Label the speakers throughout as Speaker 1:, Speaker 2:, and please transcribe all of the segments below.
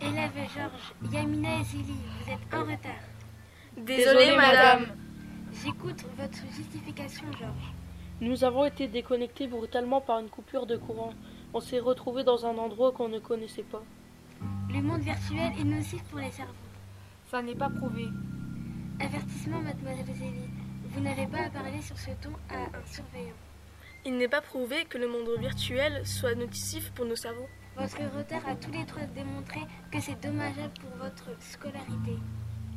Speaker 1: élève Georges, Yamina et Zélie, vous êtes en retard.
Speaker 2: Désolée, madame.
Speaker 1: J'écoute votre justification, Georges.
Speaker 3: Nous avons été déconnectés brutalement par une coupure de courant. On s'est retrouvés dans un endroit qu'on ne connaissait pas.
Speaker 1: Le monde virtuel est nocif pour les cerveaux.
Speaker 2: Ça n'est pas prouvé.
Speaker 1: Avertissement, mademoiselle Zélie, vous n'avez pas à parler sur ce ton à un surveillant.
Speaker 4: Il n'est pas prouvé que le monde virtuel soit nocif pour nos cerveaux.
Speaker 1: Votre retard a tous les trois démontré que c'est dommageable pour votre scolarité.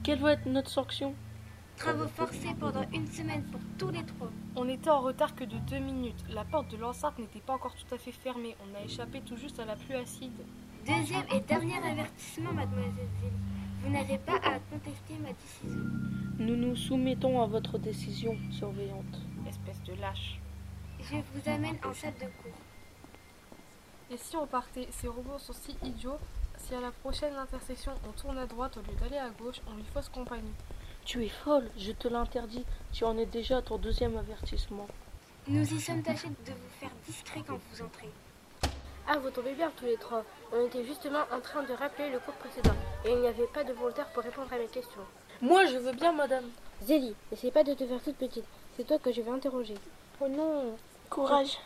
Speaker 3: Quelle va être notre sanction
Speaker 1: Travaux forcés pendant une semaine pour tous les trois.
Speaker 2: On était en retard que de deux minutes. La porte de l'enceinte n'était pas encore tout à fait fermée. On a échappé tout juste à la pluie acide.
Speaker 1: Deuxième et dernier avertissement, mademoiselle Zélie, vous n'avez pas à contester ma décision.
Speaker 3: Nous nous soumettons à votre décision, surveillante.
Speaker 2: Espèce de lâche.
Speaker 1: Je vous amène en salle de cours.
Speaker 5: Et si on partait Ces robots sont si idiots. Si à la prochaine intersection on tourne à droite au lieu d'aller à gauche, on lui fausse compagnie.
Speaker 3: Tu es folle, je te l'interdis. Tu en es déjà à ton deuxième avertissement.
Speaker 1: Nous y sommes tâchés de vous faire discret quand vous entrez.
Speaker 6: Ah, vous tombez bien tous les trois. On était justement en train de rappeler le cours précédent et il n'y avait pas de volontaire pour répondre à mes questions.
Speaker 3: Moi, je veux bien, madame.
Speaker 6: Zélie, n'essaie pas de te faire toute petite. C'est toi que je vais interroger. Oh non
Speaker 3: Courage.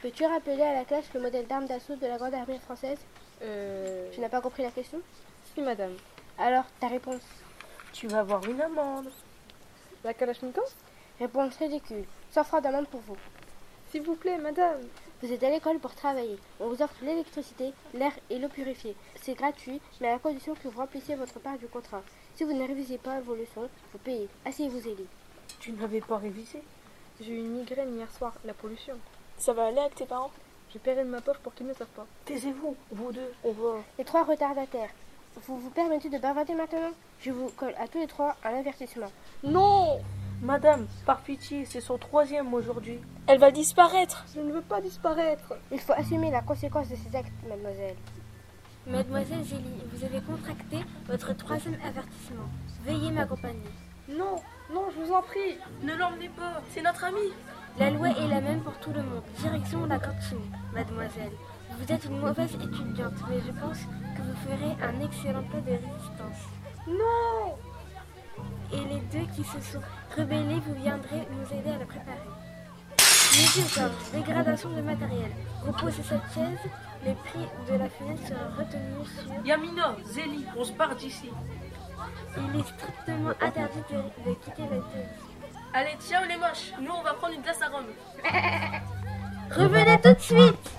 Speaker 6: Peux-tu rappeler à la classe le modèle d'armes d'assaut de la Grande Armée française
Speaker 5: Euh.
Speaker 6: Tu n'as pas compris la question
Speaker 5: Si, madame.
Speaker 6: Alors, ta réponse
Speaker 3: Tu vas avoir une amende.
Speaker 5: La Kalachnikov
Speaker 6: Réponse ridicule. 100 francs d'amende pour vous.
Speaker 5: S'il vous plaît, madame.
Speaker 6: Vous êtes à l'école pour travailler. On vous offre l'électricité, l'air et l'eau purifiée. C'est gratuit, mais à condition que vous remplissiez votre part du contrat. Si vous ne révisez pas vos leçons, vous payez. Asseyez-vous, Zélie.
Speaker 3: Tu n'avais pas révisé.
Speaker 5: J'ai eu une migraine hier soir, la pollution.
Speaker 4: Ça va aller avec tes parents
Speaker 5: Je paierai de ma poche pour qu'ils ne savent pas.
Speaker 3: Taisez-vous, vous deux. On va.
Speaker 6: Les trois retardataires. Vous vous permettez de bavarder maintenant Je vous colle à tous les trois un avertissement.
Speaker 3: Non Madame, par pitié, c'est son troisième aujourd'hui.
Speaker 4: Elle va disparaître.
Speaker 5: Je ne veux pas disparaître.
Speaker 6: Il faut assumer la conséquence de ces actes, mademoiselle.
Speaker 1: Mademoiselle Zélie, vous avez contracté votre troisième avertissement. Veuillez m'accompagner.
Speaker 5: Non, non, je vous en prie.
Speaker 4: Ne l'emmenez pas, c'est notre ami.
Speaker 1: La loi est la même pour tout le monde. Direction la cantine, mademoiselle. Vous êtes une mauvaise étudiante, mais je pense que vous ferez un excellent plat de résistance.
Speaker 5: Non
Speaker 1: Et les deux qui se sont rebellés, vous viendrez nous aider à la préparer. Mesure d'ordre, dégradation de matériel. Reposez cette chaise, les prix de la fenêtre seront retenus sur
Speaker 3: Yamina, Zélie, on se part d'ici.
Speaker 1: Il est strictement interdit de, de quitter la tête.
Speaker 4: Allez, ciao les moches. Nous, on va prendre une glace à Rome.
Speaker 1: Revenez tout de suite